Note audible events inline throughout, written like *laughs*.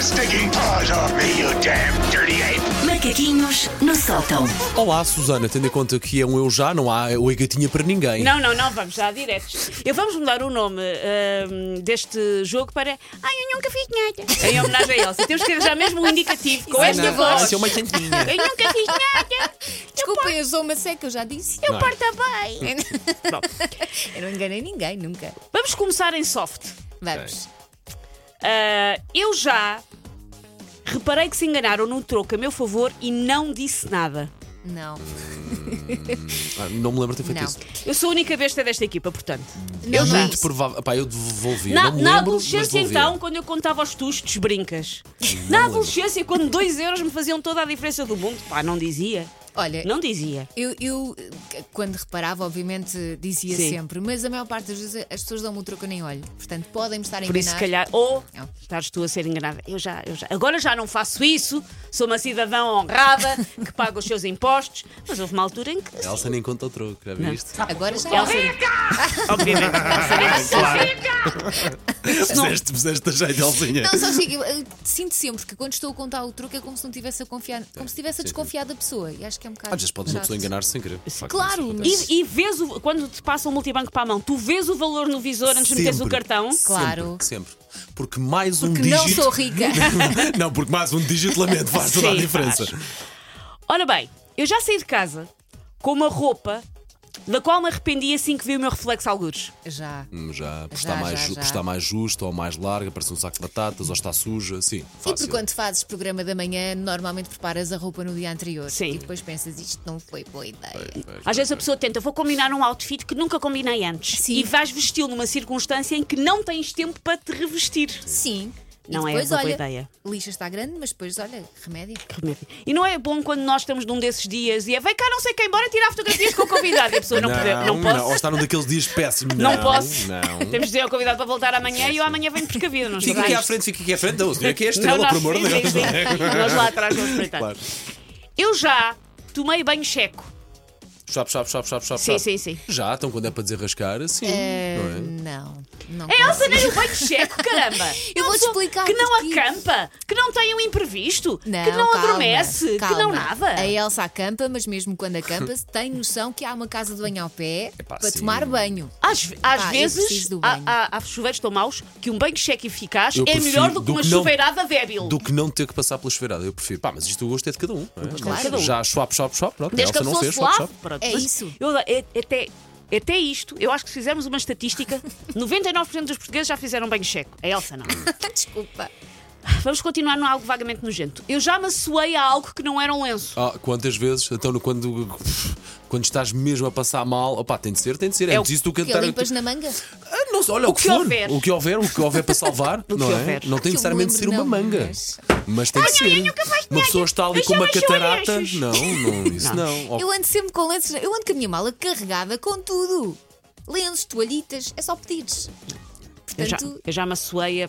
stinking paws off me, you damn dirty ape! Macaquinhos no sótão. Olá, Susana, tendo em conta que é um eu já, não há oi gatinha para ninguém. Não, não, não, vamos já diretos. Eu vamos mudar o nome ahm, deste jogo para Ai, eu nunca fiz nada. Em homenagem a Elsa. Temos que arranjar mesmo um indicativo com Ai, esta não. voz. Ah, isso é uma cantinha. Eu nunca fiz nada. Desculpa, eu sou uma seca, eu já disse. Não. Eu porto bem. Bom, *laughs* eu não enganei ninguém, nunca. vamos começar em soft. Vamos. Ah, eu já reparei que se enganaram num troco a meu favor e não disse nada. Não. Ah, não me lembro de ter feito Não. isso. Eu sou a única besta desta equipa, portanto. Não, não. Muito provável. Pá, eu devolvi. Na, não me na lembro, mas adolescência, devolvi. então, quando eu contava os tustos, brincas. na adolescência, quando 2 euros me faziam toda a diferença do mundo, pá, não dizia. Olha, Não dizia. eu, eu, eh, quando reparava, obviamente dizia Sim. sempre, mas a maior parte das vezes as pessoas dão-me o troco que eu nem olho. Portanto, podem-me estar a Por isso, se enganar. calhar, ou Não. estás tu a ser enganada. Eu já, eu já. Agora já não faço isso, sou uma cidadã honrada que paga os seus impostos, mas houve uma altura em que. A Elsa nem conta o troco, já viste? Agora já Elsa, *laughs* obviamente. *laughs* Puseste, puseste a jeito, Elsinha. Não, só chega. eu, eh, Sinto sempre que quando estou a contar o truque é como se não tivesse a confiar, como se tivesse a desconfiar da pessoa. E acho que é um bocado. Às vezes podes uma pessoa chato. enganar-se sem querer. De facto, Claro, isso acontece. E, e vês o, quando te passa o multibanco para a mão, tu vês o valor no visor antes de meteres o Sempre. cartão? Claro. Sempre, sempre. Porque mais um Que dígito. não sou rica. *laughs* não, porque mais um dígito lamento faz toda a Sim, diferença. Ora bem, eu já saí de casa com uma roupa da qual me arrependi assim que vi o meu reflexo algures. já. Hum, Já, por estar, Já, mais, já, ju- por já. estar mais justa ou mais larga, parece um saco de batatas ou está suja, sim. E Fácil. por quando fazes programa da manhã, normalmente preparas a roupa no dia anterior. Sim. E depois pensas, isto não foi boa ideia. Às vezes a pessoa tenta, vou combinar um outfit que nunca combinei antes. Sim. E vais vesti-lo numa circunstância em que não tens tempo para te revestir. Sim. Não é e depois, uma boa olha, ideia. Lixa está grande, mas depois, olha, remédio. Remédio. E não é bom quando nós estamos num desses dias e é vem cá não sei quem, bora tirar fotografias com o convidado. E a pessoa não, pode, não posso. Ou está num daqueles dias péssimos. Não posso. Não. Temos de dizer ao convidado para voltar amanhã e eu amanhã venho precavido. Não Fica sei. aqui à frente, fica aqui à frente. Não, o senhor é que é a Não, estrela, nós- por amor de sim, Deus. sim, não é? sim. Nós lá atrás vamos espreitar. Claro. Eu já tomei banho checo. Chap, chap, chap, chap, chap. Sim, Ehm, chap. sim, sim. Já, então quando é para desarrascar, assim. Eh, não é? não. Não. A Elsa consigo. nem o banho checo, caramba! Eu Uma vou-te pessoa explicar Que não porquê. acampa, que não tem um imprevisto, Não, que não calma, adormece, calma. que não nada. A Elsa acampa, mas mesmo *laughs* quando acampa, tem noção que há uma casa de banho ao pé Epá, para sim. tomar banho. Às, às eu vezes preciso do há, banho. há- há chuveiros tão maus que um banho cheque eficaz Eu é prefiro melhor do que do uma que não- chuveirada débil. Do que não ter que passar pela esfeirada. Eu prefiro. Pá, mas isto o gosto é de cada um. Não é? claro. Mas Já, chop, chop, chop. Pronto, Desde que a Elsa não pessoa fez, se chop, lave. chop. Pronto. É Mas isso. eu- é- até, até isto, eu acho que se fizermos uma estatística, *laughs* 99% dos portugueses já fizeram banho checo. A É Elsa não. Tá, Desculpa. Vamos continuar num algo vagamente nojento. Eu já me suei a algo que não era um lenço. Ah, quantas vezes? Então, no- quando, quando estás mesmo a passar mal, opá, tem de ser, tem de ser. É É o antes disso do Que cantar. limpas na manga? Ah, não, olha, o, que, que for, houver. O que houver, o que houver para *laughs* salvar. não que é? houver. Não Que eu tem necessariamente de me ser lembro, uma não, manga. mas- Mas tem de ser. Uma pessoa está ali Eu com uma chamo-lhe catarata. joelhos. Não, *laughs* não, isso não. Ou- Eu ando sempre com lenços. na- Eu ando com a minha mala carregada com tudo. Lenços, toalhitas, é só pedires. Eu já, Portanto, eu já me assoei a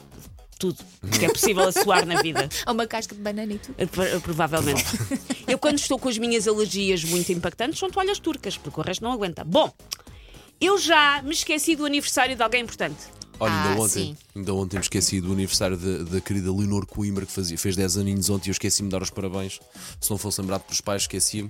tudo que é possível assoar na vida. *laughs* há uma casca de banana e tudo. Eh, pro- eh, Provavelmente. Eu, quando estou com as minhas alergias muito impactantes, são toalhas turcas, porque o resto não aguenta. Bom, eu já me esqueci do aniversário de alguém importante. Olha, ainda Ah, ontem, sim. ainda ontem me esqueci do aniversário da, da querida Leonor Coimbra, que fazia, fez 10 aninhos ontem e eu esqueci-me de dar os parabéns. Se não fosse lembrado pelos pais, esqueci-me.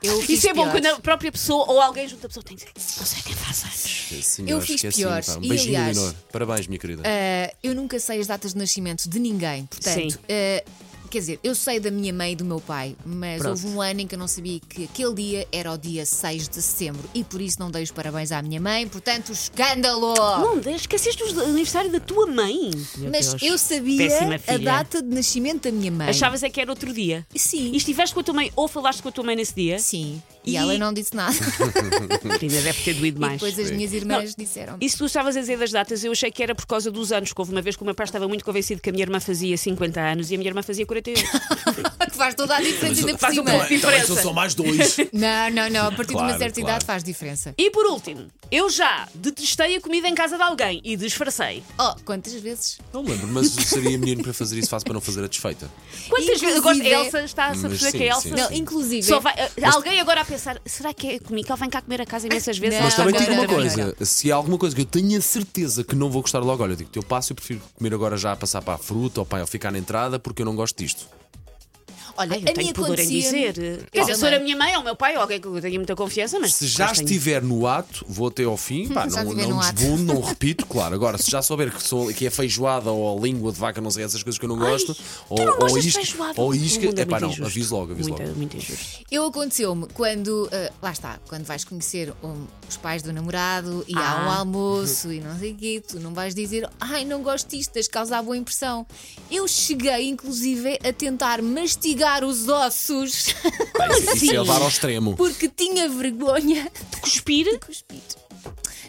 Eu fiz Isso é bom pior. quando a própria pessoa ou alguém junto a pessoa tem que dizer, não sei quem faz anos. Senhor, Eu fiz Eh, esqueci-me, pior. pá. Um E, beijinho, aliás, Leonor. Parabéns, minha querida. Ah, eu nunca sei as datas de nascimento de ninguém. Portanto, Sim. ah, quer dizer, eu sei da minha mãe e do meu pai, mas Pronto. houve um ano em que eu não sabia que aquele dia era o dia 6 de setembro e por isso não dei os parabéns à minha mãe. Portanto, escândalo! Não, de- esqueceste o aniversário da tua mãe. Meu mas Deus. eu sabia Péssima a filha. data de nascimento da minha mãe. Achavas é que era outro dia. Sim. E estiveste com a tua mãe ou falaste com a tua mãe nesse dia? Sim. E, né? E- ela não disse *laughs* nada. Ainda deve ter doído e mais. depois as minhas irmãs *laughs* disseram. Isso que tu estavas a dizer das datas, eu achei que era por causa dos anos, que houve uma vez que o meu pai estava muito convencido que a minha irmã fazia 50 anos e a minha irmã fazia 48. que faz toda a diferença ainda por faz um cima. pouco. diferença. são só mais dois. Não, não, não. A partir de Claro, uma certa claro. idade faz diferença. e por último, eu já detestei a comida em casa de alguém e disfarcei. Oh, quantas vezes? não lembro, mas seria menino para fazer isso, faço para não fazer a desfeita. Quantas vezes eu gosto, a Inclusive- Elsa está a Mas perceber sim, que a Elsa sim, Não, inclusive. só vai. Alguém agora a pensar, será que é comigo? Ela vem cá comer a casa imensas vezes. Não, Mas também não, digo não, uma não, coisa: se há alguma coisa que eu tenha certeza que não vou gostar logo, olha, eu digo, teu passo, eu prefiro comer agora já a passar para a fruta ou para eu ficar na entrada porque eu não gosto disto. Olha, Ai, eu a minha tenho pudor em acontecia-me- dizer. eh, Quer dizer, se for a minha mãe ou o meu pai, ou alguém que eu tenha muita confiança, mas. Se já mas tenho- estiver no ato, vou até ao fim, *laughs* pá, Já não, estiver não no ato. desbundo, não repito, claro. Agora, se já souber que, sou, que é feijoada ou língua de vaca, não sei, essas coisas que eu não gosto, ou, Tu não ou gostas de isca, feijoada? ou O isca, mundo é pá, muito não, injusto. aviso logo, aviso Muito- logo. Muito injusto. Eu aconteceu-me quando, ah, lá está, quando vais conhecer um- os pais do namorado e há um Ah. *laughs* almoço e não sei o quê, tu não vais dizer, ai, não gosto disto, tens de causar boa impressão. Eu cheguei, inclusive, a tentar mastigar *laughs* os ossos Pá, isso- Isso Sim. é levar ao extremo. porque tinha vergonha De cuspir, cuspir.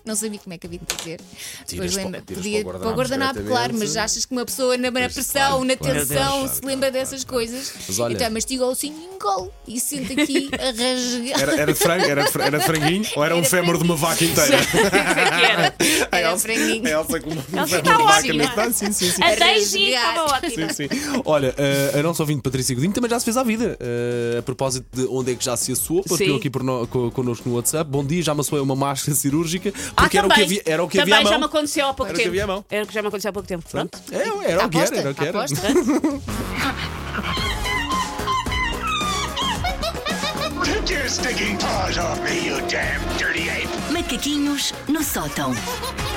Não sabia como é que havia de dizer. Tiras para- tiras para o podia guardanapo para o guardanapo, claro, mas diretamente. achas que uma pessoa na, na Pois, pressão, claro, na claro, tensão, claro, se claro, lembra claro, dessas claro. coisas? Mas olha- então mastiga o sininho e engole e sente aqui *laughs* a rasgar. *laughs* Era, era de frango, era, de fra- era de franguinho ou era, um Era fémur de uma vaca inteira? Era A Elsa- franguinho. a Elsa com um fémur de fica vaca ótima. neste ah, sim, sim, sim. a 10 e rasgar. estava ótima. sim, sim. Olha, uh, a nossa ouvinte Patrícia Godinho também já se fez à vida. Uh, a propósito de onde é que já se assoou, partiu Sim. aqui por no, co- connosco no WhatsApp. Bom dia, já me assoei uma máscara cirúrgica porque ah, era, o que também. havia, era o que também havia à já me mão. aconteceu há pouco Era o que tempo. havia à mão. Era o que já me aconteceu há pouco tempo. Pronto. É, era o que era, era o que era. Aposta, Take your stinking paws off me, you damn dirty ape! Macaquinhos no sótão.